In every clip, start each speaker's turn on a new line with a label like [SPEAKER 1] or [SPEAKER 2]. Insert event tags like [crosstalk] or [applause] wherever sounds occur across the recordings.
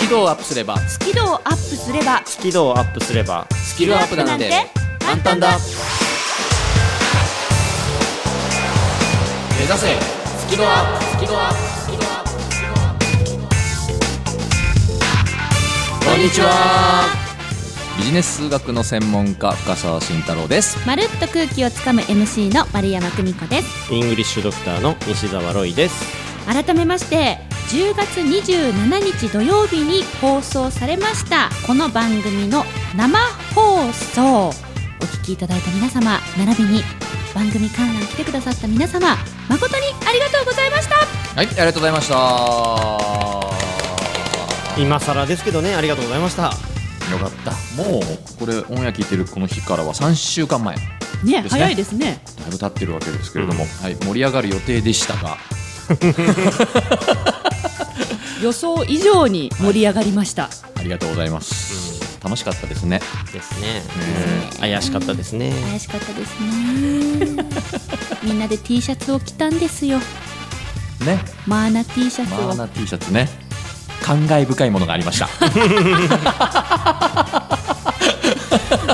[SPEAKER 1] キ度をアップすれば
[SPEAKER 2] スキルをアップすれば
[SPEAKER 3] スキルをアップすれば
[SPEAKER 1] スキルアップなんて簡単だ目指せスキルアップスキルアップスキルアップスキルアップこんにちはビジネス数学の専門家深澤慎太郎です
[SPEAKER 2] まるっと空気をつかむ MC の丸山久美子です
[SPEAKER 3] イングリッシュドクターの西澤ロイです
[SPEAKER 2] 改めまして10月27日土曜日に放送されましたこの番組の生放送お聞きいただいた皆様並びに番組観覧来てくださった皆様誠にありがとうございました
[SPEAKER 1] はいありがとうございました
[SPEAKER 3] 今更ですけどねありがとうございました
[SPEAKER 1] よかったもうこれオンエア聞いてるこの日からは3週間前だ
[SPEAKER 2] ね
[SPEAKER 1] ですね
[SPEAKER 2] 早いですね
[SPEAKER 1] いぶ経ってるわけですけれども、
[SPEAKER 3] うん
[SPEAKER 1] はい、盛り上がる予定でしたが
[SPEAKER 2] 予想以上に盛り上がりました、
[SPEAKER 1] ありがとうございます、楽しかったですね
[SPEAKER 3] ですね怪しかったですね
[SPEAKER 2] 怪しかったですねみんなで T シャツを着たんですよ
[SPEAKER 1] ね
[SPEAKER 2] マーナ T シャツ
[SPEAKER 1] マー
[SPEAKER 2] を
[SPEAKER 1] ナ T シャツね感慨深いものがありました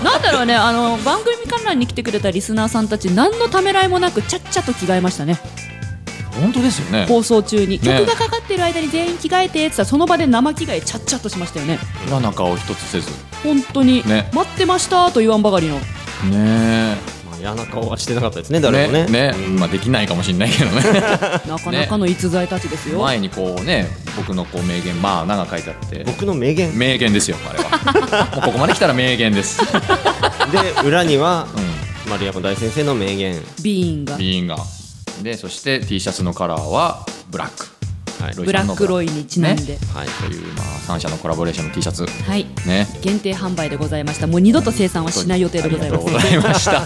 [SPEAKER 2] なんだろうねあの番組観覧に来てくれたリスナーさんたち何のためらいもなくちゃっちゃと着替えましたね
[SPEAKER 1] [laughs] 本当ですよね
[SPEAKER 2] 放送中
[SPEAKER 1] ね
[SPEAKER 2] に、曲がかかってる間に全員着替えてって言ったらその場で生着替えちゃっちゃっとしましたよね
[SPEAKER 1] 裏中を一つせず
[SPEAKER 2] 本当に、
[SPEAKER 1] ね
[SPEAKER 2] 待ってましたと言わんばかりの
[SPEAKER 1] ね
[SPEAKER 3] まあ嫌な顔はしてなかったですね
[SPEAKER 1] え
[SPEAKER 3] 誰もね
[SPEAKER 1] ね
[SPEAKER 3] うん
[SPEAKER 1] まあできないかもしれないけど [laughs] ね
[SPEAKER 2] なかなかの逸材たちですよ、
[SPEAKER 1] 前にこうね僕のこう名言まあ長書いてあって
[SPEAKER 3] 僕の名言で
[SPEAKER 1] 名言ですよあれ [laughs] はもうここまで来たら名言です、
[SPEAKER 3] 裏には
[SPEAKER 1] う
[SPEAKER 3] 丸山大先生の名言
[SPEAKER 2] ビーンが
[SPEAKER 1] ん、ビーンがでそして T シャツのカラーはブラック
[SPEAKER 3] はい
[SPEAKER 1] ロイ
[SPEAKER 2] ブラックロイにちなんで、
[SPEAKER 1] ね
[SPEAKER 3] はい
[SPEAKER 1] という、まあ、3社のコラボレーションの T シャツ
[SPEAKER 2] はい
[SPEAKER 1] ね
[SPEAKER 2] 限定販売でございましたもう二度と生産はしない予定でございま
[SPEAKER 1] あ
[SPEAKER 2] す
[SPEAKER 1] りがとうございました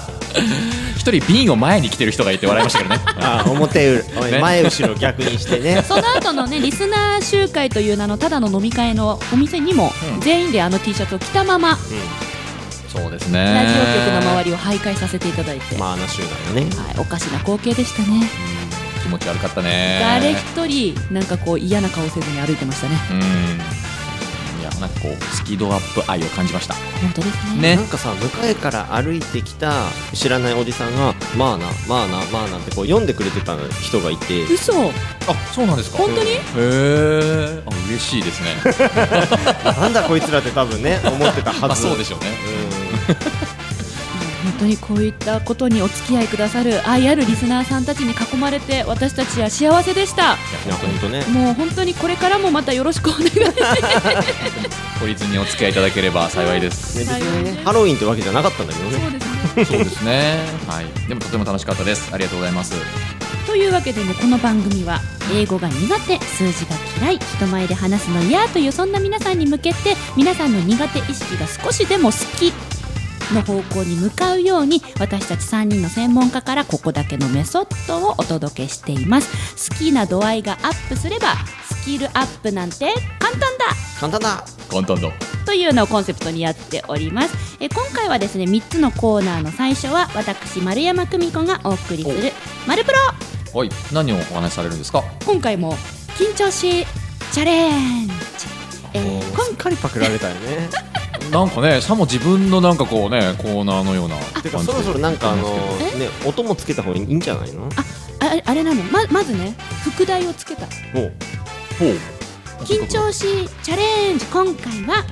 [SPEAKER 1] 一人瓶を前に来てる人がいて笑いましたけどね
[SPEAKER 2] [laughs]
[SPEAKER 3] あ表
[SPEAKER 1] ね
[SPEAKER 3] 裏前後ろ逆にしてね
[SPEAKER 2] その後のねリスナー集会という名のただの飲み会のお店にも、
[SPEAKER 1] うん
[SPEAKER 2] 全員であの T シャツを着たまま、
[SPEAKER 1] そうですね
[SPEAKER 2] ラジオ局の周りを徘徊させていただいて、
[SPEAKER 3] まああの集団がね
[SPEAKER 2] はい、おかしな光景でしたね、
[SPEAKER 1] 気持ち悪かったね
[SPEAKER 2] 誰一人なんかこう嫌な顔せずに歩いてましたね
[SPEAKER 1] うんいやなんかこうスキードアップ愛を感じました
[SPEAKER 2] 本当ですね
[SPEAKER 1] ね
[SPEAKER 3] なんかさ向かいから歩いてきた知らないおじさんが「まあなまあなまあな」ってこう読んでくれてた人がいて
[SPEAKER 2] 嘘
[SPEAKER 1] あそうなんですか
[SPEAKER 2] 本当に
[SPEAKER 1] へえ嬉しいですね
[SPEAKER 3] なんだこいつらって多分ね思ってたはず
[SPEAKER 1] まあそうでしょうね
[SPEAKER 2] 本当にこういったことにお付き合いくださる愛あるリスナーさんたちに囲まれて私たちは幸せでした
[SPEAKER 3] いや [laughs] 本当ね
[SPEAKER 2] もう本当にこれからもまたよろしくお願いします
[SPEAKER 1] 懲りずにお付き合いいただければ幸いです
[SPEAKER 3] ね別
[SPEAKER 2] 最後
[SPEAKER 3] に
[SPEAKER 2] に
[SPEAKER 3] ねハロウィンってわけじゃなかったんだけどね
[SPEAKER 2] そうですね
[SPEAKER 1] そうですねはいでもとても楽しかったですありがとうございます
[SPEAKER 2] というわけでねこの番組は英語が苦手数字が嫌い人前で話すの嫌というそんな皆さんに向けて皆さんの苦手意識が少しでも好きの方向に向かうように私たち3人の専門家からここだけのメソッドをお届けしています好きな度合いがアップすればスキルアップなんて簡単だ
[SPEAKER 3] 簡単だ
[SPEAKER 1] 簡単だ
[SPEAKER 2] というのをコンセプトにやっておりますえー今回はですね3つのコーナーの最初は私丸山久美子がお送りする「マルプロ」
[SPEAKER 1] はい何をお話しされるんですか
[SPEAKER 2] 今回も緊張しチャレンジ、えー今
[SPEAKER 3] すっかりパクられたよ
[SPEAKER 2] [laughs]
[SPEAKER 3] ね
[SPEAKER 1] なんかねさも自分のなんかこうねコーナーのような
[SPEAKER 3] てか
[SPEAKER 1] 感じ
[SPEAKER 3] そろそろなんかあの
[SPEAKER 1] え
[SPEAKER 3] ね音もつけた方がいいんじゃないの
[SPEAKER 2] ああれなのままずね副題をつけた
[SPEAKER 3] もう
[SPEAKER 1] ほう
[SPEAKER 2] 緊張しチャレンジ今回は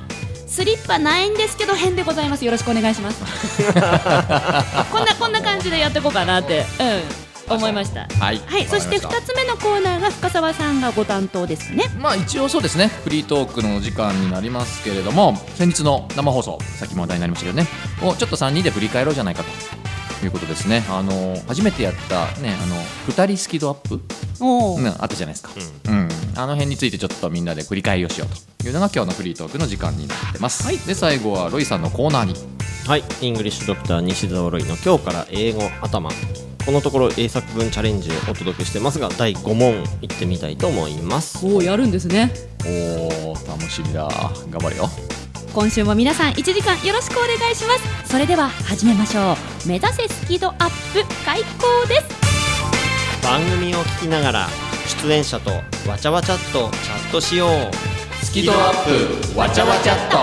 [SPEAKER 2] スリッパないんですけど変でございますよろしくお願いします
[SPEAKER 1] [laughs]
[SPEAKER 2] こんなこんな感じでやっていこうかなって、うん、思いました
[SPEAKER 1] はい
[SPEAKER 2] はいそして
[SPEAKER 1] わかり
[SPEAKER 2] 2つ目のコーナーが深澤さんがご担当です
[SPEAKER 1] ま
[SPEAKER 2] ね
[SPEAKER 1] したまあ一応そうですねフリートークのお時間になりますけれども先日の生放送さっきも話題になりましたけどねをちょっと3人で振り返ろうじゃないかということですねあの初めてやったねあの2人スキドアップ、
[SPEAKER 2] おお、
[SPEAKER 1] うん、あったじゃないですか、うん、あの辺についてちょっとみんなで振り返りをしようというのが今日のフリートークの時間になってます、で最後はロイさんのコーナーに
[SPEAKER 3] はいイングリッシュドクター西澤ロイの今日から英語頭このところ英作文チャレンジをお届けしてますが第5問いってみたいと思います
[SPEAKER 2] おおやるんですね
[SPEAKER 1] おー楽しみだ頑張れよ
[SPEAKER 2] 今週も皆さん1時間よろしくお願いしますそれでは始めましょう目指せスキドアップ開講です
[SPEAKER 3] 番組を聞きながら出演者とわちゃわちゃっとチャットしよう
[SPEAKER 1] スキドアップわちゃわちゃっと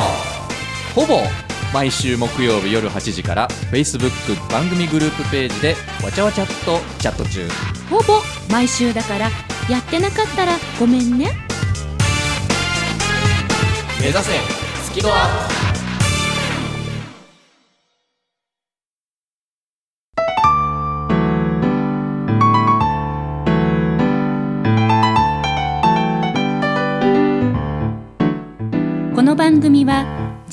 [SPEAKER 1] ほぼ毎週木曜日夜8時から Facebook 番組グループページでわちゃわちゃっとチャット中
[SPEAKER 2] ほぼ毎週だからやってなかったらごめんね
[SPEAKER 1] 目指せスキドアップ
[SPEAKER 2] この番組は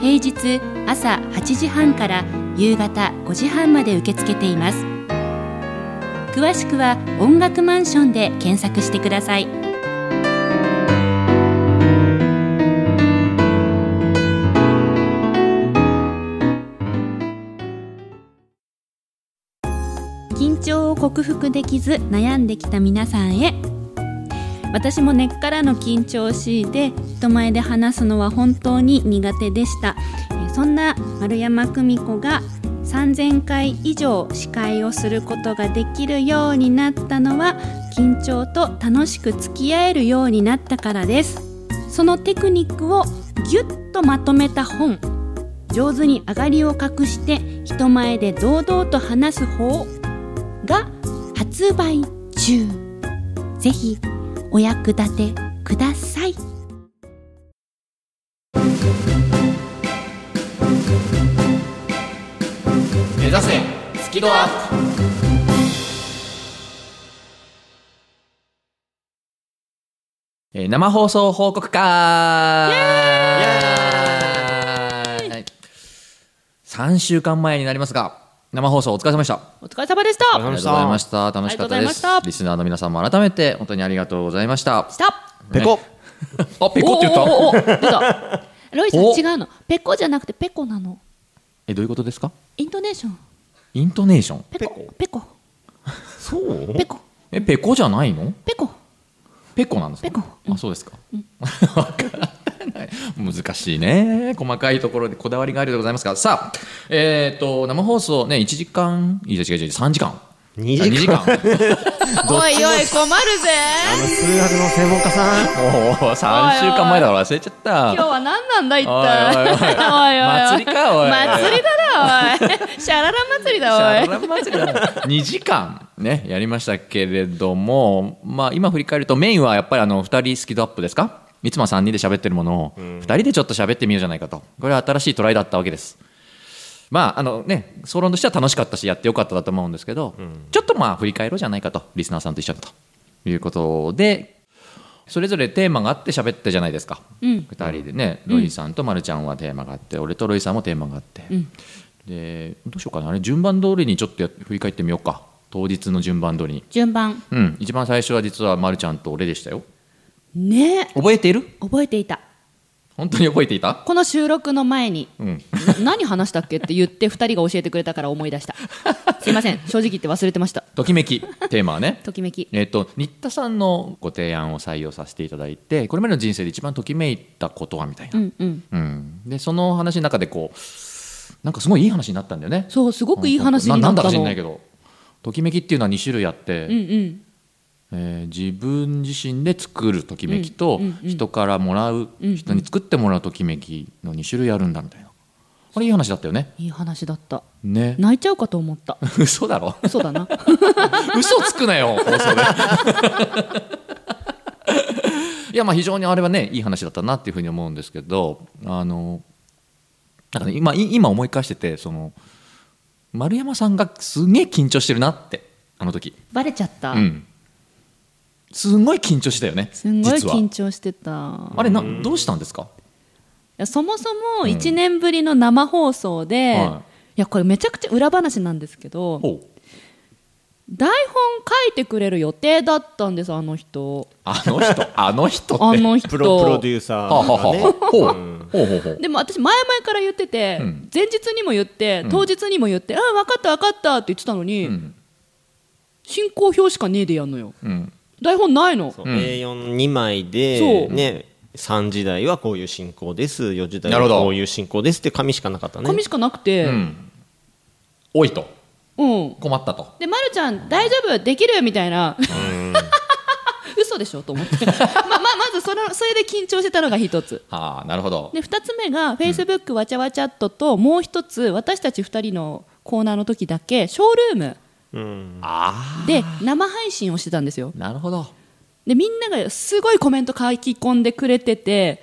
[SPEAKER 2] 平日朝8時半から夕方5時半まで受け付けています詳しくは音楽マンションで検索してください緊張を克服できず悩んできた皆さんへ私も根っからの緊張しいで人前で話すのは本当に苦手でしたえーそんな丸山久美子が3000回以上司会をすることができるようになったのは緊張と楽しく付き合えるようになったからですそのテクニックをぎゅっとまとめた本上手に上がりを隠して人前で堂々と話す方が発売中ぜひお役立てください
[SPEAKER 1] 目指せスキドアップえー生放送報告会はい3週間前になりますが生放送お疲れ様でした
[SPEAKER 2] お疲れ様でした
[SPEAKER 1] ありがとうございました楽しかった
[SPEAKER 2] ありがとうござい
[SPEAKER 1] で
[SPEAKER 2] ますした
[SPEAKER 1] リスナーの皆さんも改めて本当にありがとうございました
[SPEAKER 2] した
[SPEAKER 3] ペコ
[SPEAKER 1] あペコって言った
[SPEAKER 2] おーおー
[SPEAKER 1] [laughs]
[SPEAKER 2] おー出たロイさん
[SPEAKER 1] お
[SPEAKER 2] 違うのペコじゃなくてペコなの
[SPEAKER 1] えどういうことですか
[SPEAKER 2] イントネーション
[SPEAKER 1] イントネーション
[SPEAKER 2] ペコペコ
[SPEAKER 3] そう
[SPEAKER 2] ペコ
[SPEAKER 1] えペコじゃないの
[SPEAKER 2] ペコ
[SPEAKER 1] ペコなんですか
[SPEAKER 2] ペコ
[SPEAKER 1] あそうですか、わからない難しいね細かいところでこだわりがありがとうございますがさあえっ、と生放送ね1時間いや違う違う3時間
[SPEAKER 3] 2時間
[SPEAKER 1] あ2時 [laughs]
[SPEAKER 2] おいおい困るぜ
[SPEAKER 3] あの数学の専門家さん
[SPEAKER 1] 間もう3週間前だから忘れちゃった
[SPEAKER 2] 今日は何なんだ一体
[SPEAKER 1] おいおいおい祭りかおい
[SPEAKER 2] 祭りだなおい
[SPEAKER 1] [laughs]
[SPEAKER 2] シャララ祭りだおい
[SPEAKER 1] シャララ [laughs] 祭りだ2時間ねやりましたけれどもまあ今振り返るとメインはやっぱりあの2人スキドアップですかいつもは3人で喋ってるものを2人でちょっと喋ってみようじゃないかとこれは新しいトライだったわけですまああのね総論としては楽しかったしやってよかっただと思うんですけど、ちょっとまあ振り返ろうじゃないかとリスナーさんと一緒だということでそれぞれテーマがあって喋ったじゃないですか、
[SPEAKER 2] うん
[SPEAKER 1] 2人でね、ロイさんとまるちゃんはテーマがあって俺とロイさんもテーマがあって、でどうしようかなあれ順番通りにちょっとや振り返ってみようか当日の順番通りに
[SPEAKER 2] 順番
[SPEAKER 1] うん一番最初は実はまるちゃんと俺でしたよ
[SPEAKER 2] ね
[SPEAKER 1] 覚えている
[SPEAKER 2] 覚えていた
[SPEAKER 1] 本当に覚えていた
[SPEAKER 2] この収録の前に
[SPEAKER 1] うん
[SPEAKER 2] な何話したっけって言って2人が教えてくれたから思い出したすいません正直言って忘れてました
[SPEAKER 1] ときめきテーマは
[SPEAKER 2] [laughs]
[SPEAKER 1] ね
[SPEAKER 2] ときめき
[SPEAKER 1] えっと新田さんのご提案を採用させていただいてこれまでの人生で一番ときめいたことはみたいな、
[SPEAKER 2] うんうん
[SPEAKER 1] うんでその話の中でこうなんかすごいいい話になったんだよね
[SPEAKER 2] そうすごくいい話にな
[SPEAKER 1] な
[SPEAKER 2] っ
[SPEAKER 1] んだ
[SPEAKER 2] た
[SPEAKER 1] か知
[SPEAKER 2] も
[SPEAKER 1] ん
[SPEAKER 2] ん
[SPEAKER 1] ないけどときめきっていうのは2種類あって、
[SPEAKER 2] うんうん
[SPEAKER 1] えー自分自身で作るときめきと、
[SPEAKER 2] うんうんうん
[SPEAKER 1] 人からもらう、
[SPEAKER 2] うんうん
[SPEAKER 1] 人に作ってもらうときめきの2種類あるんだみたいなこれいい話だったよね
[SPEAKER 2] いい話だった
[SPEAKER 1] ね
[SPEAKER 2] 泣いちゃうかと思った
[SPEAKER 1] [laughs] 嘘だろ
[SPEAKER 2] 嘘
[SPEAKER 1] [laughs]
[SPEAKER 2] だな
[SPEAKER 1] 嘘つくなよ放送で [laughs] いやまあ非常にあれはねいい話だったなっていうふうに思うんですけどあのなんか、ね、今い今思い返しててその丸山さんがすげえ緊張してるなってあの時
[SPEAKER 2] バレちゃった、
[SPEAKER 1] うんすごい緊張したよね
[SPEAKER 2] すんごい
[SPEAKER 1] 実は
[SPEAKER 2] 緊張してた
[SPEAKER 1] あれなどうしたんですか
[SPEAKER 2] いやそもそも1年ぶりの生放送で、
[SPEAKER 1] うん
[SPEAKER 2] い
[SPEAKER 1] はい
[SPEAKER 2] やこれめちゃくちゃ裏話なんですけど
[SPEAKER 1] ほう
[SPEAKER 2] 台本書いてくれる予定だったんですあの人
[SPEAKER 1] あの人、 [laughs] あの人って。
[SPEAKER 2] あの人
[SPEAKER 3] プロプロデューサ
[SPEAKER 1] はあはあ
[SPEAKER 3] ーが
[SPEAKER 1] はあ
[SPEAKER 3] ね
[SPEAKER 1] ほう
[SPEAKER 3] うん
[SPEAKER 1] ほうほうほう。
[SPEAKER 2] でも私前々から言ってて、
[SPEAKER 1] ん
[SPEAKER 2] 前日にも言って当日にも言って「うん、分かった分かった」って言ってたのに、
[SPEAKER 1] うん
[SPEAKER 2] 進行表しかねえでやんのよ
[SPEAKER 1] うん
[SPEAKER 2] 台本ないの
[SPEAKER 3] そう
[SPEAKER 1] うん
[SPEAKER 3] A42 枚
[SPEAKER 2] そ
[SPEAKER 3] で、
[SPEAKER 2] う
[SPEAKER 3] ね、3時台はこういう進行です4時台
[SPEAKER 1] なる
[SPEAKER 3] は
[SPEAKER 1] ほど
[SPEAKER 3] こういう進行ですって紙しかなかったね
[SPEAKER 2] 紙しかなくて
[SPEAKER 1] う
[SPEAKER 2] うん、
[SPEAKER 1] ん。多いと。困ったと。
[SPEAKER 2] で、ま、るちゃん大丈夫できるみたいな [laughs] 嘘でしょと思って、ま [laughs] ままずそれそれで緊張してたのが一つ
[SPEAKER 1] ああ、なるほど。
[SPEAKER 2] で2つ目がフェイスブックわちゃわちゃっとと、もう一つ私たち2人のコーナーの時だけショールーム
[SPEAKER 3] うん
[SPEAKER 1] あ
[SPEAKER 2] で生配信をしてたんですよ
[SPEAKER 1] あ、なるほど。
[SPEAKER 2] でみんながすごいコメント書き込んでくれてて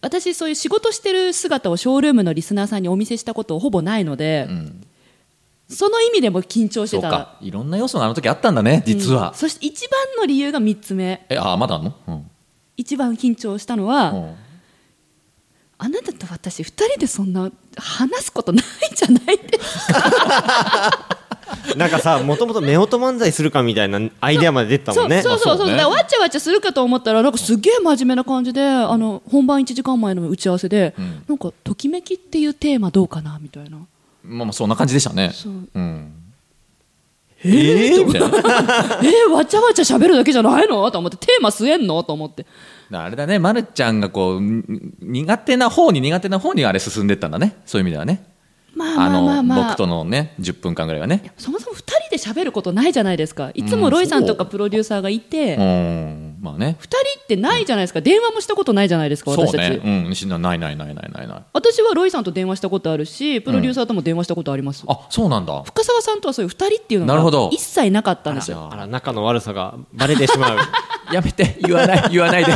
[SPEAKER 2] 私そういう仕事してる姿をショールームのリスナーさんにお見せしたことほぼないので、
[SPEAKER 1] ん
[SPEAKER 2] その意味でも緊張し
[SPEAKER 1] そ
[SPEAKER 2] て
[SPEAKER 1] う
[SPEAKER 2] た
[SPEAKER 1] か。いろんな要素があの時あったんだね、実は。
[SPEAKER 2] そして一番の理由が3つ目
[SPEAKER 1] え、ああ、まだあんのうん
[SPEAKER 2] 一番緊張したのは、
[SPEAKER 1] うん。
[SPEAKER 2] あなたと私2人でそんな話すことないじゃないですか
[SPEAKER 3] なんかさもともと夫婦漫才するかみたいなアイデアまで出てたもんね
[SPEAKER 2] そうそうそうそ
[SPEAKER 1] [laughs] まあそうね
[SPEAKER 2] う、だからわちゃわちゃするかと思ったらなんかすげえ真面目な感じであの本番1時間前の打ち合わせで、
[SPEAKER 1] ん
[SPEAKER 2] なんか「ときめき」っていうテーマどうかなみたいな
[SPEAKER 1] まあまあ、そんな感じでしたね。
[SPEAKER 2] そう
[SPEAKER 1] うん。
[SPEAKER 3] えー
[SPEAKER 1] みたいな。だか
[SPEAKER 2] えー、わちゃわちゃ喋るだけじゃないのと思ってテーマ据えんのと思って
[SPEAKER 1] らあれだね、まるちゃんがこう、ん苦手な方に苦手な方にあれ進んでったんだね。そういう意味ではね。
[SPEAKER 2] まあ
[SPEAKER 1] あ
[SPEAKER 2] まあまあ
[SPEAKER 1] の、
[SPEAKER 2] まあ
[SPEAKER 1] 僕とのね、10分間ぐらいはね。
[SPEAKER 2] そもそも2人で喋ることないじゃないですかいつもロイさんとかプロデューサーがいて、
[SPEAKER 1] う
[SPEAKER 2] 2
[SPEAKER 1] ん。まあね。
[SPEAKER 2] 人ってないじゃないですか電話もしたことないじゃないですか
[SPEAKER 1] そう
[SPEAKER 2] 私たち、
[SPEAKER 1] ね。うん。しんないないないないないない。
[SPEAKER 2] 私はロイさんと電話したことあるしプロデューサーとも電話したことあります、
[SPEAKER 1] あ、そうなん
[SPEAKER 2] [laughs]
[SPEAKER 1] だ。
[SPEAKER 2] 深澤さんとはそういう2人っていうの
[SPEAKER 1] なるほ
[SPEAKER 2] が
[SPEAKER 1] ど
[SPEAKER 2] 一切なかったんですよ
[SPEAKER 3] あら仲の悪さがバレてしまう [laughs]
[SPEAKER 1] やめて言わない言わないで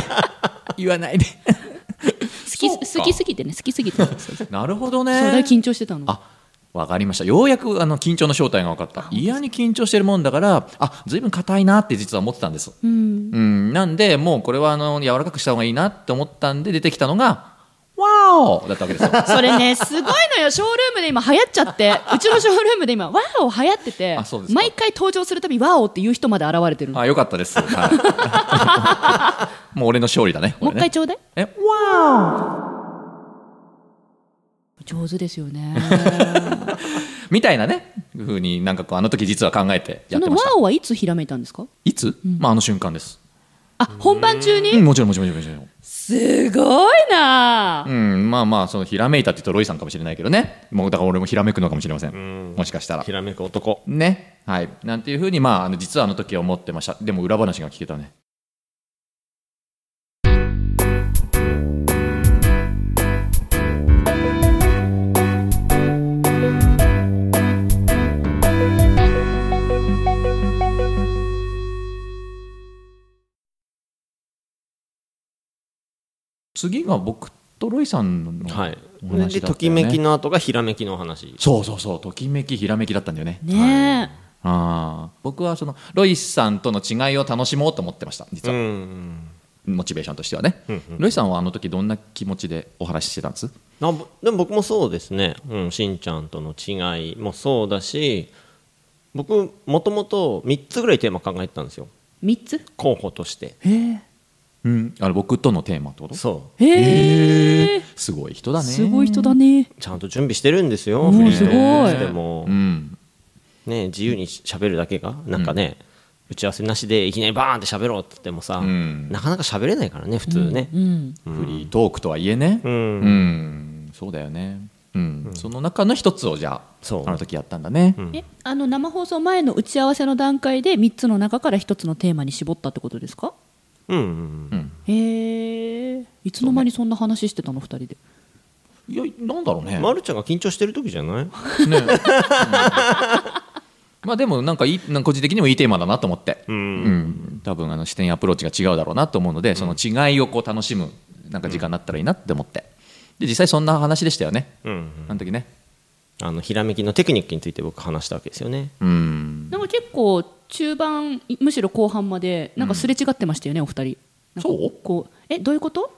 [SPEAKER 1] 言わ
[SPEAKER 2] [laughs]
[SPEAKER 1] ないで
[SPEAKER 2] 好き
[SPEAKER 1] そうか
[SPEAKER 2] 好きすぎてね好きすぎてそうそうそう
[SPEAKER 1] なるほど
[SPEAKER 2] それ
[SPEAKER 1] ね
[SPEAKER 2] 緊張してたの
[SPEAKER 1] あわかりましたようやくあの緊張の正体が分かった嫌に緊張してるもんだからあずいぶん硬いなって実は思ってたんです、
[SPEAKER 2] うん
[SPEAKER 1] うん、なんでもうこれはあの柔らかくした方がいいなって思ったんで出てきたのがわおだったわけです
[SPEAKER 2] [laughs]
[SPEAKER 1] よ
[SPEAKER 2] それね、すごいのよ、ショールームで今流行っちゃって、うちのショールームで今、ワオ流行ってて
[SPEAKER 1] あそうで、すか
[SPEAKER 2] 毎回登場するたび、ワオっていう人まで現れてるの。
[SPEAKER 1] あよかったです、はい
[SPEAKER 2] [laughs]
[SPEAKER 1] もう俺の勝利だね
[SPEAKER 2] もう
[SPEAKER 1] こ
[SPEAKER 2] 一
[SPEAKER 1] れね
[SPEAKER 2] 回ちょうだい。
[SPEAKER 1] えわお
[SPEAKER 2] 上手です
[SPEAKER 1] [laughs]
[SPEAKER 2] よね。
[SPEAKER 1] みたいなねふうになんかこうあの時実は考えてや
[SPEAKER 2] そ
[SPEAKER 1] って
[SPEAKER 2] の
[SPEAKER 1] ま
[SPEAKER 2] ワ
[SPEAKER 1] した
[SPEAKER 2] オはいつひらめいたんですか
[SPEAKER 1] いつ、まあ、あの瞬間です、
[SPEAKER 2] あ、本番中
[SPEAKER 1] う
[SPEAKER 2] に
[SPEAKER 1] ん、もちろんもちろんもちろんもちろん
[SPEAKER 2] すごいなあ
[SPEAKER 1] うん、まあまあ、そのひらめいたって言うとロイさんかもしれないけどね。もうだから俺もひらめくのかもしれません。
[SPEAKER 3] ん
[SPEAKER 1] もしかしたら
[SPEAKER 3] ひ。らめく男
[SPEAKER 1] ね。はい。なんていうふうに、まあ、あの実はあの時は思ってました。でも裏話が聞けたね。次が僕とロイさんの
[SPEAKER 3] はい
[SPEAKER 1] お話
[SPEAKER 3] で
[SPEAKER 1] だったよね
[SPEAKER 3] ときめきの後がひらめきの話
[SPEAKER 1] そうそうそう、ときめき、ひらめきだったんだよね。
[SPEAKER 2] ねえ。
[SPEAKER 1] ああ、僕はそのロイスさんとの違いを楽しもうと思ってました。実
[SPEAKER 3] う
[SPEAKER 1] は、
[SPEAKER 3] ん
[SPEAKER 1] モチベーションとしてはね、
[SPEAKER 3] うんうん
[SPEAKER 1] ロイスさんはあの時どんな気持ちでお話ししてたんです。
[SPEAKER 3] なぼでも僕もそうですね、うん、しんちゃんとの違いもそうだし僕もともと3つぐらいテーマ考えてたんですよ
[SPEAKER 2] 三つ
[SPEAKER 3] 候補として
[SPEAKER 1] うん、あの僕とのテーマってこと。
[SPEAKER 3] そ
[SPEAKER 2] へえ。
[SPEAKER 1] すごい人だね。
[SPEAKER 2] すごい人だね。
[SPEAKER 3] うちゃんと準備してるんですよ
[SPEAKER 2] おー
[SPEAKER 3] フリートーク
[SPEAKER 2] すごい
[SPEAKER 3] でも
[SPEAKER 1] う、ん、
[SPEAKER 3] ね、自由にしゃべるだけがなんかね、打ち合わせなしでいきなりバーンって喋ろうって言ってもさ、
[SPEAKER 1] ん
[SPEAKER 3] なかなか喋れないからね普通ね、
[SPEAKER 2] うん。
[SPEAKER 1] フリートークとはいえね。
[SPEAKER 3] うん
[SPEAKER 1] うん、そうだよね。うん、その中の一つをじゃ
[SPEAKER 3] そう
[SPEAKER 1] あ、あの時やったんだね。
[SPEAKER 3] ん
[SPEAKER 2] え、あの、生放送前の打ち合わせの段階で、三つの中から一つのテーマに絞ったってことですか
[SPEAKER 3] うんうん
[SPEAKER 2] へえ。いつの間にそんな話してたの、二人で。
[SPEAKER 1] いや、なんだろうね。
[SPEAKER 3] うん、まるちゃんが緊張してる時じゃない
[SPEAKER 1] ねうんまあでもなんかいいなんか個人的にもいいテーマだなと思って、
[SPEAKER 3] うん
[SPEAKER 1] うん多分あの視点アプローチが違うだろうなと思うのでその違いをこう楽しむなんか時間になったらいいなって思ってで実際そんな話でしたよね、
[SPEAKER 3] うん
[SPEAKER 1] あの時ね
[SPEAKER 3] あのひらめきのテクニックについて僕話したわけですよね
[SPEAKER 1] うん
[SPEAKER 2] なんか結構中盤むしろ後半までなんかすれ違ってましたよね、お二人なんか
[SPEAKER 1] そう
[SPEAKER 2] こうえどういうこと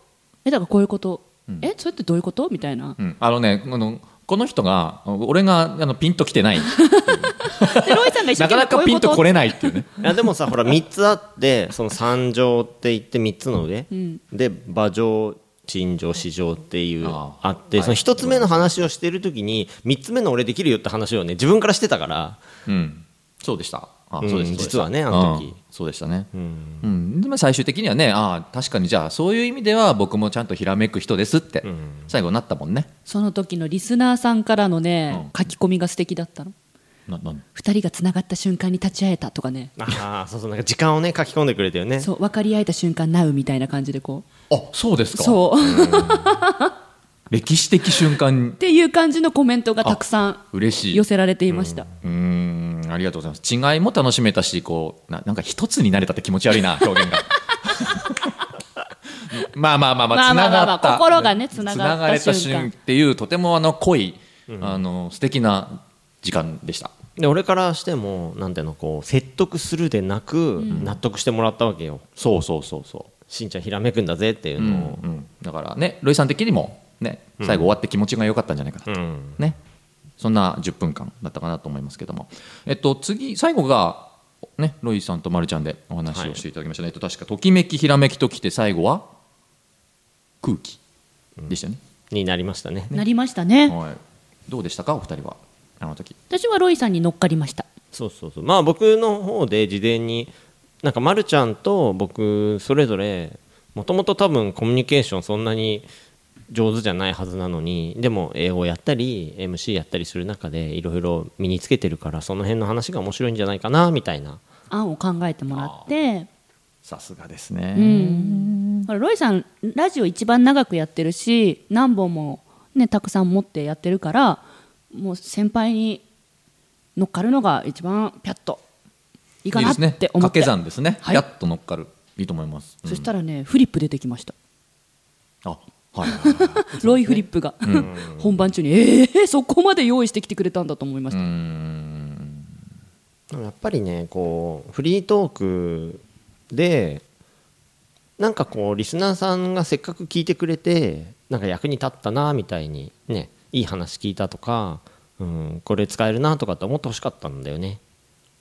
[SPEAKER 2] えだからこういうこと、えそれってどういうことみたいな、
[SPEAKER 1] うんあのねあのこの人が俺があのピンときてない
[SPEAKER 2] でロイさんが一生
[SPEAKER 1] なかな
[SPEAKER 2] 懸命こう
[SPEAKER 1] か
[SPEAKER 2] い
[SPEAKER 1] ピ
[SPEAKER 2] うこ
[SPEAKER 1] ン
[SPEAKER 2] と
[SPEAKER 1] とこれないっていうね
[SPEAKER 3] いやでもさほら3つあってその三乗って言って3つの上、
[SPEAKER 2] ん
[SPEAKER 3] で馬上陳情四上っていう
[SPEAKER 1] あ
[SPEAKER 3] あ
[SPEAKER 1] あ
[SPEAKER 3] って
[SPEAKER 1] はい
[SPEAKER 3] その1つ目の話をしてる時に3つ目の俺できるよって話をね自分からしてたから
[SPEAKER 1] うんそうでしたあ
[SPEAKER 3] うん
[SPEAKER 1] そうです
[SPEAKER 3] 実はね
[SPEAKER 1] そう
[SPEAKER 3] あ
[SPEAKER 1] でした
[SPEAKER 3] の時
[SPEAKER 1] うんそうでしたね
[SPEAKER 3] うん
[SPEAKER 1] うん、でまあ最終的にはねああ確かにじゃあそういう意味では僕もちゃんとひらめく人ですって、最後になったもんね
[SPEAKER 2] その時のリスナーさんからのね、
[SPEAKER 1] う
[SPEAKER 2] 書き込みが素敵だったの
[SPEAKER 1] ななん
[SPEAKER 2] 二人がつながった瞬間に立ち会えたとかね
[SPEAKER 3] ああそうそうなんか時間をね書き込んでくれたよね
[SPEAKER 2] そう分かり合えた瞬間なうみたいな感じでこ
[SPEAKER 1] あそうです
[SPEAKER 2] う
[SPEAKER 1] か
[SPEAKER 2] そう [laughs] っ
[SPEAKER 1] 歴史的瞬間
[SPEAKER 2] ていう感じのコメントがたくさん
[SPEAKER 1] 嬉しい
[SPEAKER 2] 寄せられていました、
[SPEAKER 1] うーんありがとうございます違いも楽しめたしこうななんか一つになれたって気持ち悪い
[SPEAKER 2] [laughs]
[SPEAKER 1] な表現が [laughs] まあまあまあま
[SPEAKER 2] ま
[SPEAKER 1] あ
[SPEAKER 2] あ
[SPEAKER 1] つ
[SPEAKER 2] ま
[SPEAKER 1] な
[SPEAKER 2] あまあま
[SPEAKER 1] が
[SPEAKER 2] あ
[SPEAKER 1] った
[SPEAKER 2] 心がねつながった瞬間
[SPEAKER 1] つれた瞬間っていうとてもあの濃い、あの素敵な時間でした
[SPEAKER 3] で俺からしてもなんていうのこう説得するでなく納得してもらったわけよ
[SPEAKER 1] そうそうそうそう
[SPEAKER 3] しんちゃんひらめくんだぜっていうのを
[SPEAKER 1] うん、だからねロイさん的にもね最後終わって気持ちが良かったんじゃないかなと、
[SPEAKER 3] うん
[SPEAKER 1] ねそんな10分間だったかなと思いますけどもえっと次最後がねロイさんとまるちゃんでお話をしていただきましたね、えっと確かときめきひらめきときて最後は空気でしたね、
[SPEAKER 3] になりましたね
[SPEAKER 2] なりましたね、
[SPEAKER 1] はいどうでしたかお二人はあの時
[SPEAKER 2] 私はロイさんに乗っかりました
[SPEAKER 3] そうそうそうまあ僕の方で事前になんかまるちゃんと僕それぞれもともと多分コミュニケーションそんなに上手じゃないはずなのにでも英語やったり MC やったりする中でいろいろ身につけてるからその辺の話が面白いんじゃないかなみたいな
[SPEAKER 2] 案を考えてもらって
[SPEAKER 1] さすがですね、
[SPEAKER 2] うんほらロイさんラジオ一番長くやってるし何本も、ね、たくさん持ってやってるからもう先輩に乗っかるのが一番ピャッといいかなっ
[SPEAKER 1] ですね
[SPEAKER 2] て思
[SPEAKER 1] 掛
[SPEAKER 2] って
[SPEAKER 1] け算ですね、
[SPEAKER 2] はい
[SPEAKER 1] やっと乗っかるいいと思います、うん
[SPEAKER 2] そしたらねフリップ出てきました
[SPEAKER 1] あはいはいはいはい
[SPEAKER 2] ロイフリップが、 [laughs] 本番中にえー、そこまで用意してきてくれたんだと思いました、
[SPEAKER 3] でもやっぱりねこうフリートークでなんかこうリスナーさんがせっかく聞いてくれてなんか役に立ったなみたいにねいい話聞いたとか、うん、これ使えるなとかって思ってほしかったんだよね。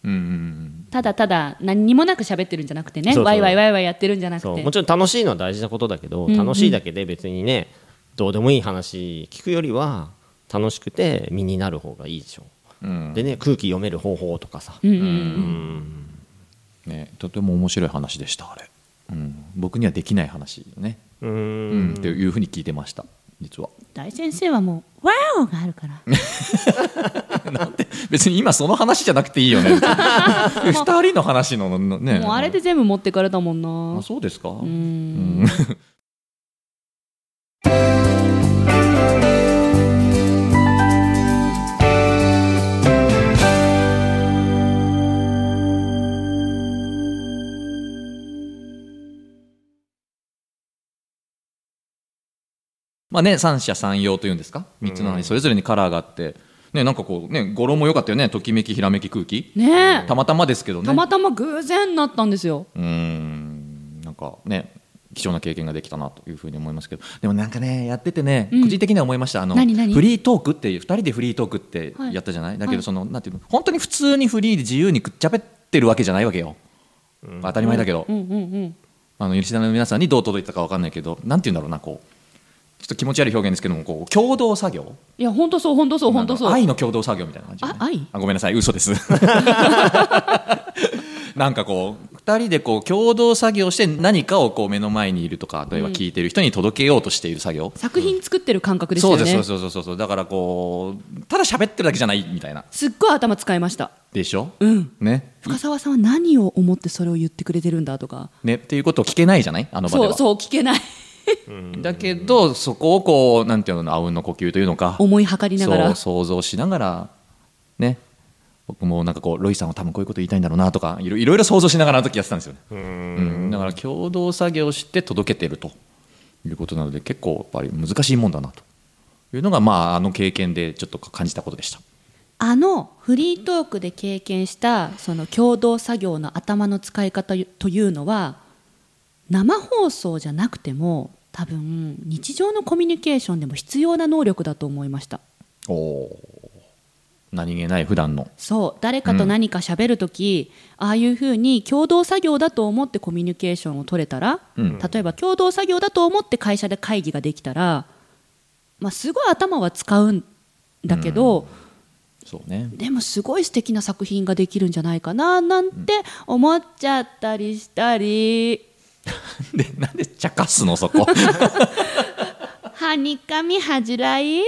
[SPEAKER 1] うんうんうん
[SPEAKER 2] ただただ何にもなく喋ってるんじゃなくてね
[SPEAKER 3] そうそう
[SPEAKER 2] ワイワイワイワイやってるんじゃなく
[SPEAKER 3] そう
[SPEAKER 2] て
[SPEAKER 3] もちろん楽しいのは大事なことだけど、
[SPEAKER 2] んうん
[SPEAKER 3] 楽しいだけで別にねどうでもいい話聞くよりは楽しくて身になる方がいいでしょ。
[SPEAKER 1] うん
[SPEAKER 3] でね空気読める方法とかさ、
[SPEAKER 2] うんうんうん
[SPEAKER 1] ね、とても面白い話でしたあれ、うん、僕にはできない話ね、
[SPEAKER 3] う
[SPEAKER 1] うん
[SPEAKER 3] ん
[SPEAKER 1] っていうふうに聞いてました実は
[SPEAKER 2] 大先生はもう「ワオ!」があるから
[SPEAKER 1] 別に今その話じゃなくていいよ
[SPEAKER 2] [laughs]
[SPEAKER 1] ね二人の話ののね
[SPEAKER 2] もうあれで全部持ってかれたもんな
[SPEAKER 1] あ。そうですか、
[SPEAKER 2] うん。
[SPEAKER 1] まあね三者三様というんですか三つの話それぞれにカラーがあって、ねなんかこうね語呂も良かったよねときめきひらめき空気
[SPEAKER 2] ねえ。
[SPEAKER 1] たまたまですけどね
[SPEAKER 2] たまたま偶然なったんですよ。
[SPEAKER 1] うーんなんかね貴重な経験ができたなというふうに思いますけどでもなんかねやっててね、
[SPEAKER 2] うん
[SPEAKER 1] 個人的には思いましたあの
[SPEAKER 2] 何何
[SPEAKER 1] フリートークっていう2人でフリートークって
[SPEAKER 2] はい
[SPEAKER 1] やったじゃない、だ
[SPEAKER 2] は
[SPEAKER 1] け
[SPEAKER 2] い
[SPEAKER 1] どその、なんていうの本当に普通にフリーで自由にくっちゃべってるわけじゃないわけよ、当たり前だけど、
[SPEAKER 2] うんうんうん。
[SPEAKER 1] あの吉田の皆さんにどう届いたかわかんないけどなんて言うんだろうなこうちょっと気持ち悪い表現ですけどもこう共同作業
[SPEAKER 2] いや本当そう本当そう本当そう。
[SPEAKER 1] 愛の共同作業みたいな感じ、ね
[SPEAKER 2] あ愛
[SPEAKER 1] あごめんなさい嘘です
[SPEAKER 2] [laughs]
[SPEAKER 1] なんかこう2人でこう共同作業して何かをこう目の前にいるとか例えば聞いてる人に届けようとしている作業、
[SPEAKER 2] 作品作ってる感覚です
[SPEAKER 1] そう
[SPEAKER 2] よ
[SPEAKER 1] で
[SPEAKER 2] ね。
[SPEAKER 1] すそうですそうそうだからこうただ喋ってるだけじゃないみたいな
[SPEAKER 2] すっごい頭使いました。
[SPEAKER 1] でしょ、
[SPEAKER 2] うん。
[SPEAKER 1] ね
[SPEAKER 2] 深澤さんは何を思ってそれを言ってくれてるんだとか。
[SPEAKER 1] ねっていうことを聞けないじゃないあの場で
[SPEAKER 2] そ
[SPEAKER 1] は
[SPEAKER 2] うそう聞け
[SPEAKER 1] [laughs]
[SPEAKER 2] ない。
[SPEAKER 1] だけどそこをこうなんていうのあうんの呼吸というのか
[SPEAKER 2] 思いはかりながら。
[SPEAKER 1] そう想像しながらね僕もなんかこうロイさんは多分こういうこと言いたいんだろうなとかいろいろいろ想像しながらあの時やってたんですよね、うんだから共同作業して届けてるということなので結構やっぱり難しいもんだなというのがまああの経験でちょっと感じたことでした
[SPEAKER 2] あのフリートークで経験したその共同作業の頭の使い方というのは生放送じゃなくても多分日常のコミュニケーションでも必要な能力だと思いました
[SPEAKER 1] おおお何気ない普段の
[SPEAKER 2] そう誰かと何か喋るとき、ああいうふうに共同作業だと思ってコミュニケーションを取れたら、
[SPEAKER 1] うん
[SPEAKER 2] 例えば共同作業だと思って会社で会議ができたら、まあ、すごい頭は使うんだけど、
[SPEAKER 1] そうね
[SPEAKER 2] でもすごい素敵な作品ができるんじゃないかななんて思っちゃったりしたり、
[SPEAKER 1] でなんで茶化すのそこ
[SPEAKER 2] はにかみ恥じ
[SPEAKER 1] [laughs]
[SPEAKER 2] らいい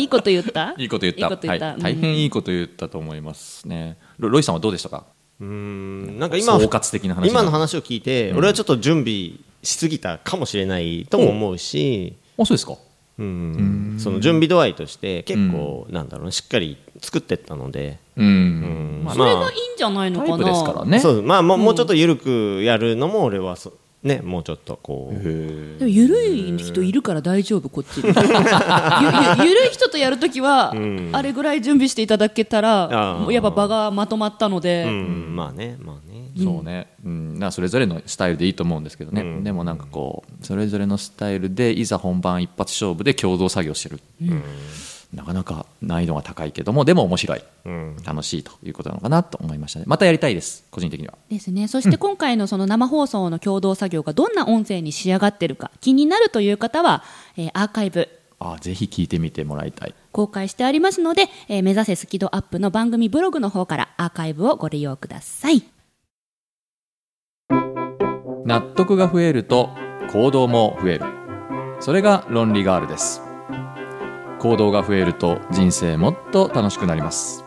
[SPEAKER 2] いこと言った
[SPEAKER 1] いいこと言った
[SPEAKER 2] いいこと言った、
[SPEAKER 1] はい、大
[SPEAKER 2] うん
[SPEAKER 1] 変いいこと言ったと思いますねロロイさんはどうでしたか
[SPEAKER 3] うーんなんか今
[SPEAKER 1] 総括的な話
[SPEAKER 3] 今の
[SPEAKER 1] あ
[SPEAKER 3] 話を聞いて、俺はちょっと準備しすぎたかもしれないとも思うし、
[SPEAKER 1] そうですか
[SPEAKER 3] うんその準備度合いとして結構、なんだろうなしっかり作ってったので、
[SPEAKER 1] うん、
[SPEAKER 3] うん
[SPEAKER 1] まあ
[SPEAKER 2] それがいいんじゃないの
[SPEAKER 1] タ
[SPEAKER 2] か
[SPEAKER 1] イ
[SPEAKER 2] な
[SPEAKER 1] プですからね
[SPEAKER 3] そうまあもうもうちょっと緩くやるのも俺はそねもうちょっとこう
[SPEAKER 2] でも緩い人いるから大丈夫こっちゆゆ緩い人とやるときは、あれぐらい準備していただけたら
[SPEAKER 3] あー
[SPEAKER 2] もうやっぱ場がまとまったので、
[SPEAKER 3] うんまあねまあね
[SPEAKER 1] そうね、うん、だからそれぞれのスタイルでいいと思うんですけどね、
[SPEAKER 3] うん
[SPEAKER 1] でもなんかこうそれぞれのスタイルでいざ本番一発勝負で共同作業してる、なかなか難易度が高いけどもでも面白い
[SPEAKER 3] うん
[SPEAKER 1] 楽しいということなのかなと思いましたねまたやりたいです個人的には
[SPEAKER 2] ですねそして今回のその生放送の共同作業がどんな音声に仕上がってるか気になるという方は、えーアーカイブ
[SPEAKER 1] あーぜひ聞いてみてもらいたい
[SPEAKER 2] 公開してありますので、えー目指せスキドアップの番組ブログの方からアーカイブをご利用ください
[SPEAKER 1] 納得が増えると行動も増えるそれが論理ガールです行動が増えると人生もっと楽しくなります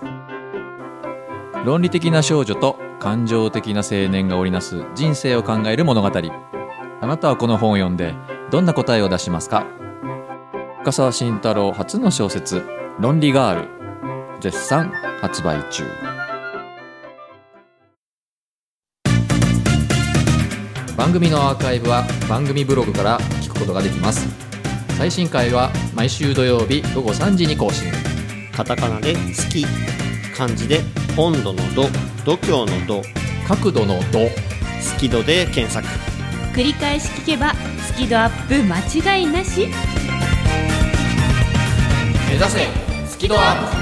[SPEAKER 1] 論理的な少女と感情的な青年が織りなす人生を考える物語あなたはこの本を読んでどんな答えを出しますか深沢慎太郎初の小説「論理ガール」絶賛発売中番組のアーカイブは番組ブログから聞くことができます最新回は毎週土曜日午後3時に更新
[SPEAKER 3] カタカナで「好き」漢字で「温度の度」「度胸の度」
[SPEAKER 1] 角度の度
[SPEAKER 3] 「好き度」で検索
[SPEAKER 2] 繰り返し聞けばスキドアップ間違いなし
[SPEAKER 1] 目指せスキドアッ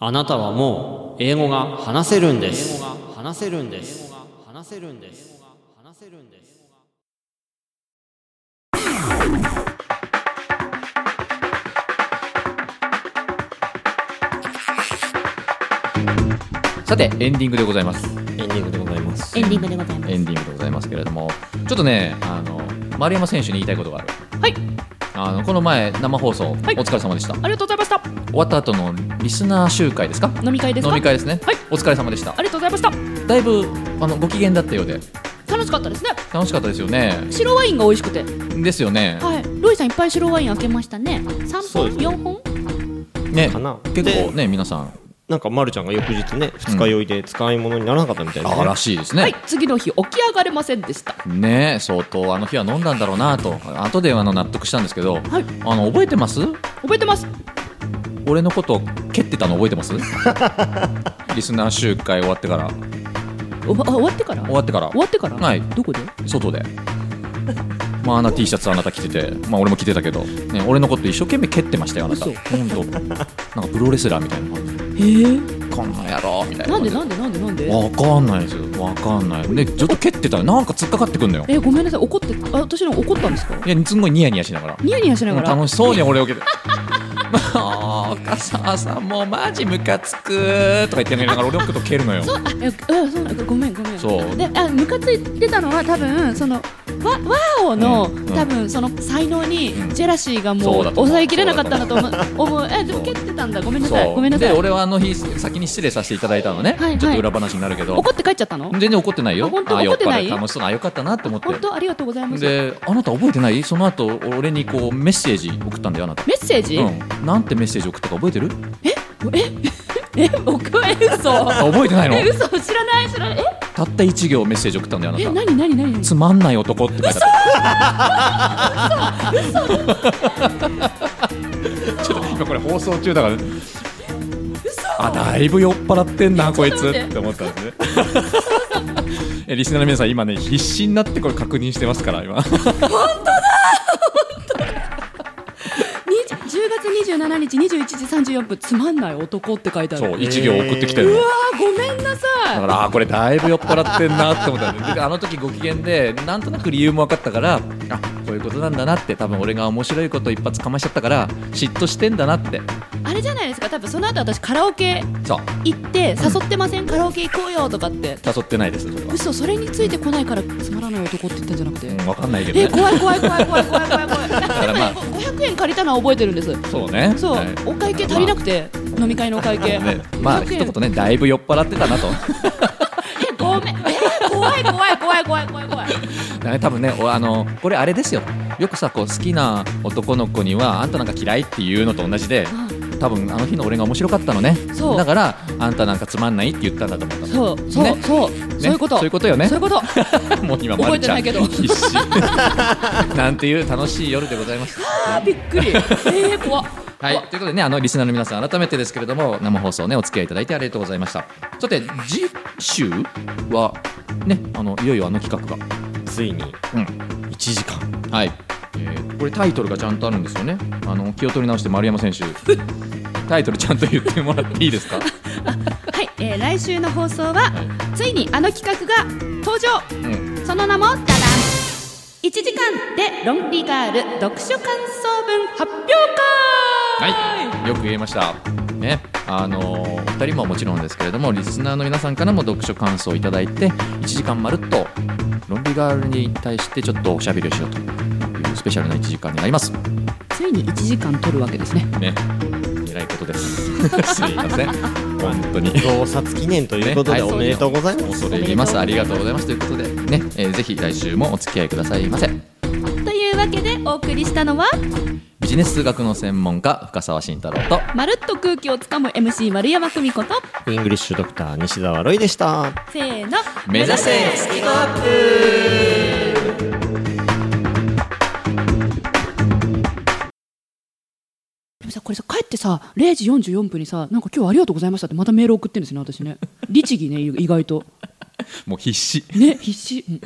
[SPEAKER 3] あなたはもう英語が話せるんです。英語が話せるんです。英語が話せるんです。
[SPEAKER 1] プさてエンディングでございます
[SPEAKER 3] エンディングでございます。
[SPEAKER 2] エンディングでございます
[SPEAKER 1] エンディングでございますけれどもちょっとねあの丸山選手に言いたいことがある
[SPEAKER 2] はい
[SPEAKER 1] あのこの前生放送、
[SPEAKER 2] い
[SPEAKER 1] お疲れ様でした
[SPEAKER 2] ありがとうございました
[SPEAKER 1] 終わった後のリスナー集会ですか
[SPEAKER 2] 飲み会ですか
[SPEAKER 1] 飲み会ですね、
[SPEAKER 2] はい
[SPEAKER 1] お疲れ様でした
[SPEAKER 2] ありがとうございました
[SPEAKER 1] だいぶあのご機嫌だったようで
[SPEAKER 2] 楽しかったですね
[SPEAKER 1] 楽しかったですよね
[SPEAKER 2] 白ワインが美味しくて
[SPEAKER 1] ですよね、
[SPEAKER 2] はいロイさんいっぱい白ワイン開けましたね三
[SPEAKER 3] そ
[SPEAKER 2] 本
[SPEAKER 3] うですね
[SPEAKER 2] 四本
[SPEAKER 1] ね
[SPEAKER 3] かな
[SPEAKER 1] 結構ね皆さん
[SPEAKER 3] なんかまるちゃんが翌日ね、二日酔いで使い物にならなかったみたいな、ね。
[SPEAKER 1] あらしいですね、
[SPEAKER 2] はい次の日起き上がれませんでした
[SPEAKER 1] ねえ相当あの日は飲んだんだろうなと後であの納得したんですけど、
[SPEAKER 2] はい
[SPEAKER 1] あの覚えてます
[SPEAKER 2] 覚えてます
[SPEAKER 1] 俺のこと蹴ってたの覚えてます [laughs] リスナー集会終わってから
[SPEAKER 2] おわあ終わってから
[SPEAKER 1] 終わってから
[SPEAKER 2] 終わってから
[SPEAKER 1] はい
[SPEAKER 2] どこで
[SPEAKER 1] 外でまああんな T シャツあなた着ててまあ俺も着てたけど、ね、俺のこと一生懸命蹴ってましたよあなた
[SPEAKER 2] 嘘
[SPEAKER 1] 本当なんかプロレスラーみたいな感じ
[SPEAKER 2] へえ
[SPEAKER 1] こんな野郎みたいな
[SPEAKER 2] な
[SPEAKER 1] 感
[SPEAKER 2] んで
[SPEAKER 1] じ
[SPEAKER 2] なんでなんでなんで
[SPEAKER 1] わかんないですよわかんないでずっと蹴ってたのなんか突っかかってくんのよ
[SPEAKER 2] えごめんなさい怒ってあ私の怒ったんですか
[SPEAKER 1] いやすんごいニヤニヤしながら
[SPEAKER 2] ニヤニヤしながら
[SPEAKER 1] 楽しそうに俺を受けて「もう深澤さんもうマジムカつく」とか言ってんのになんか俺のこと蹴るのよ
[SPEAKER 2] そうあええそうなんかごめんごめん
[SPEAKER 1] そう
[SPEAKER 2] であムカついてたのは多分そのわわーおの、
[SPEAKER 1] うん
[SPEAKER 2] 多分その才能に
[SPEAKER 1] うん
[SPEAKER 2] ジェラシーが
[SPEAKER 1] そ
[SPEAKER 2] も
[SPEAKER 1] うだ
[SPEAKER 2] う
[SPEAKER 1] と思う
[SPEAKER 2] 抑えきれなかったんだと思う思うえでも
[SPEAKER 1] そう
[SPEAKER 2] 蹴ってたんだごめんなさい
[SPEAKER 1] そ
[SPEAKER 2] ごめ
[SPEAKER 1] うん
[SPEAKER 2] なさ
[SPEAKER 1] で
[SPEAKER 2] い
[SPEAKER 1] 俺はあの日先に失礼させていただいたのね、
[SPEAKER 2] はいはい
[SPEAKER 1] ちょっと裏話になるけど
[SPEAKER 2] 怒って帰っちゃったの
[SPEAKER 1] 全然怒ってないよ
[SPEAKER 2] あ本当
[SPEAKER 1] ああ
[SPEAKER 2] 怒ってない
[SPEAKER 1] 酔っ払楽しそうなあよかったなって思って
[SPEAKER 2] 本当ありがとうございますメ
[SPEAKER 1] であなた覚えてないその後俺にこうメッセージ送ったんだよあなた、
[SPEAKER 2] ッセージ、
[SPEAKER 1] うん、なんてメッセージ送ったか覚えてる
[SPEAKER 2] え [laughs] 僕は嘘
[SPEAKER 1] あ覚えてないの
[SPEAKER 2] え嘘知らない知らない
[SPEAKER 1] たった1行メッセージ送ったんだよあ
[SPEAKER 2] ええ
[SPEAKER 1] なた
[SPEAKER 2] 何何何何
[SPEAKER 1] つまんない男って書いてあったちょっと今これ放送中だからあだいぶ酔っ払ってんなこいつ
[SPEAKER 2] ちょっと待って
[SPEAKER 1] って思ったんです [laughs] ねえリスナーの皆さん今ね必死になってこれ確認してますから今
[SPEAKER 2] に10月27日21時34分つまんない男って書いてある
[SPEAKER 1] そう1行送ってきてるの
[SPEAKER 2] うわーごめんな
[SPEAKER 1] だ
[SPEAKER 2] さ
[SPEAKER 1] か
[SPEAKER 2] い
[SPEAKER 1] らあーこれだいぶ酔っ払ってんなって思ったんでであの時ご機嫌でなんとなく理由も分かったからあこういうことなんだなって多分俺が面白いこと一発かましちゃったから嫉妬してんだなって
[SPEAKER 2] あれじゃないですか多分その後私カラオケ
[SPEAKER 1] そう
[SPEAKER 2] 行って誘ってません、カラオケ行こうよとかって
[SPEAKER 1] 誘ってないですそれは、
[SPEAKER 2] 嘘それについてこないからつまらない男って言ったんじゃなくて、
[SPEAKER 1] うん、分かんないけど
[SPEAKER 2] え
[SPEAKER 1] ね
[SPEAKER 2] 怖い怖い怖い怖い怖い怖い怖いだから
[SPEAKER 1] まあ
[SPEAKER 2] 500円借りたのは覚えてるんです
[SPEAKER 1] そうね
[SPEAKER 2] そう、
[SPEAKER 1] はい
[SPEAKER 2] お会計足りなくて、飲み会のお会計、
[SPEAKER 1] ね、まあ
[SPEAKER 2] 500
[SPEAKER 1] 一
[SPEAKER 2] 円
[SPEAKER 1] 言ねだいぶ酔っ払ってたなと [laughs]
[SPEAKER 2] えごめんえー怖い怖い怖い怖い怖い怖い
[SPEAKER 1] ね多分ねおあのこれあれですよよくさこう好きな男の子にはあんたなんか嫌いっていうのと同じで多分あの日の俺が面白かったのね
[SPEAKER 2] そう
[SPEAKER 1] だからあんたなんかつまんないって言ったんだと思ったの
[SPEAKER 2] そうそう、
[SPEAKER 1] ね
[SPEAKER 2] そう、
[SPEAKER 1] ね
[SPEAKER 2] そういうこと
[SPEAKER 1] そういうことよね
[SPEAKER 2] そういうこと [laughs]
[SPEAKER 1] もう今まるちゃん
[SPEAKER 2] 覚えてないけど
[SPEAKER 1] [laughs] 必死なんていう楽しい夜でございます
[SPEAKER 2] あーびっ
[SPEAKER 1] [laughs]
[SPEAKER 2] くりえー、怖っ
[SPEAKER 1] はい、ということでね、あのリスナーの皆さん、改めてですけれども、生放送ね、お付き合いいただいてありがとうございました。さて、次週は、ね、あのいよいよあの企画が、
[SPEAKER 3] ついに
[SPEAKER 1] うん、
[SPEAKER 3] 1時 [laughs] 間
[SPEAKER 1] はい、えーこれタイトルがちゃんとあるんですよね。あの気を取り直して丸山選手、 [laughs] タイトルちゃんと言ってもらっていいですか。
[SPEAKER 2] はい、えー、来週の放送はついにあの企画が登場
[SPEAKER 1] うん、
[SPEAKER 2] その名もダダン1時間でロンリーガール読書感想文発表会
[SPEAKER 1] はい、よく言えました。ね、あのーお二人ももちろんですけれども、リスナーの皆さんからも読書感想をいただいて、1時間まるっと、ロンリーガールに対してちょっとおしゃべりをしようというスペシャルな1時間になります。
[SPEAKER 2] ついに1時間取るわけですね
[SPEAKER 1] ね、 [laughs] えらいことです。 [laughs] すいません、本当に。
[SPEAKER 3] 増刷記念という [laughs] ことで
[SPEAKER 1] ねはい
[SPEAKER 3] おめでとうございます
[SPEAKER 1] 恐れ入ります。ありがとうございます。ということで、ね、えーぜひ来週もお付き合いくださいませ。
[SPEAKER 2] というわけでお送りしたのは
[SPEAKER 1] ビジネス数学の専門家、深澤慎太郎と、
[SPEAKER 2] まるっと空気をつかむ MC 丸山久美子と
[SPEAKER 3] イングリッシュドクター西澤ロイでした
[SPEAKER 2] せーの
[SPEAKER 1] 目指せスキルアップ
[SPEAKER 2] でもさこれさ帰ってさ0時44分にさなんか今日ありがとうございましたってまたメール送ってるんですね私ね律儀ね意外と
[SPEAKER 1] もう必死。
[SPEAKER 2] ね必死、うん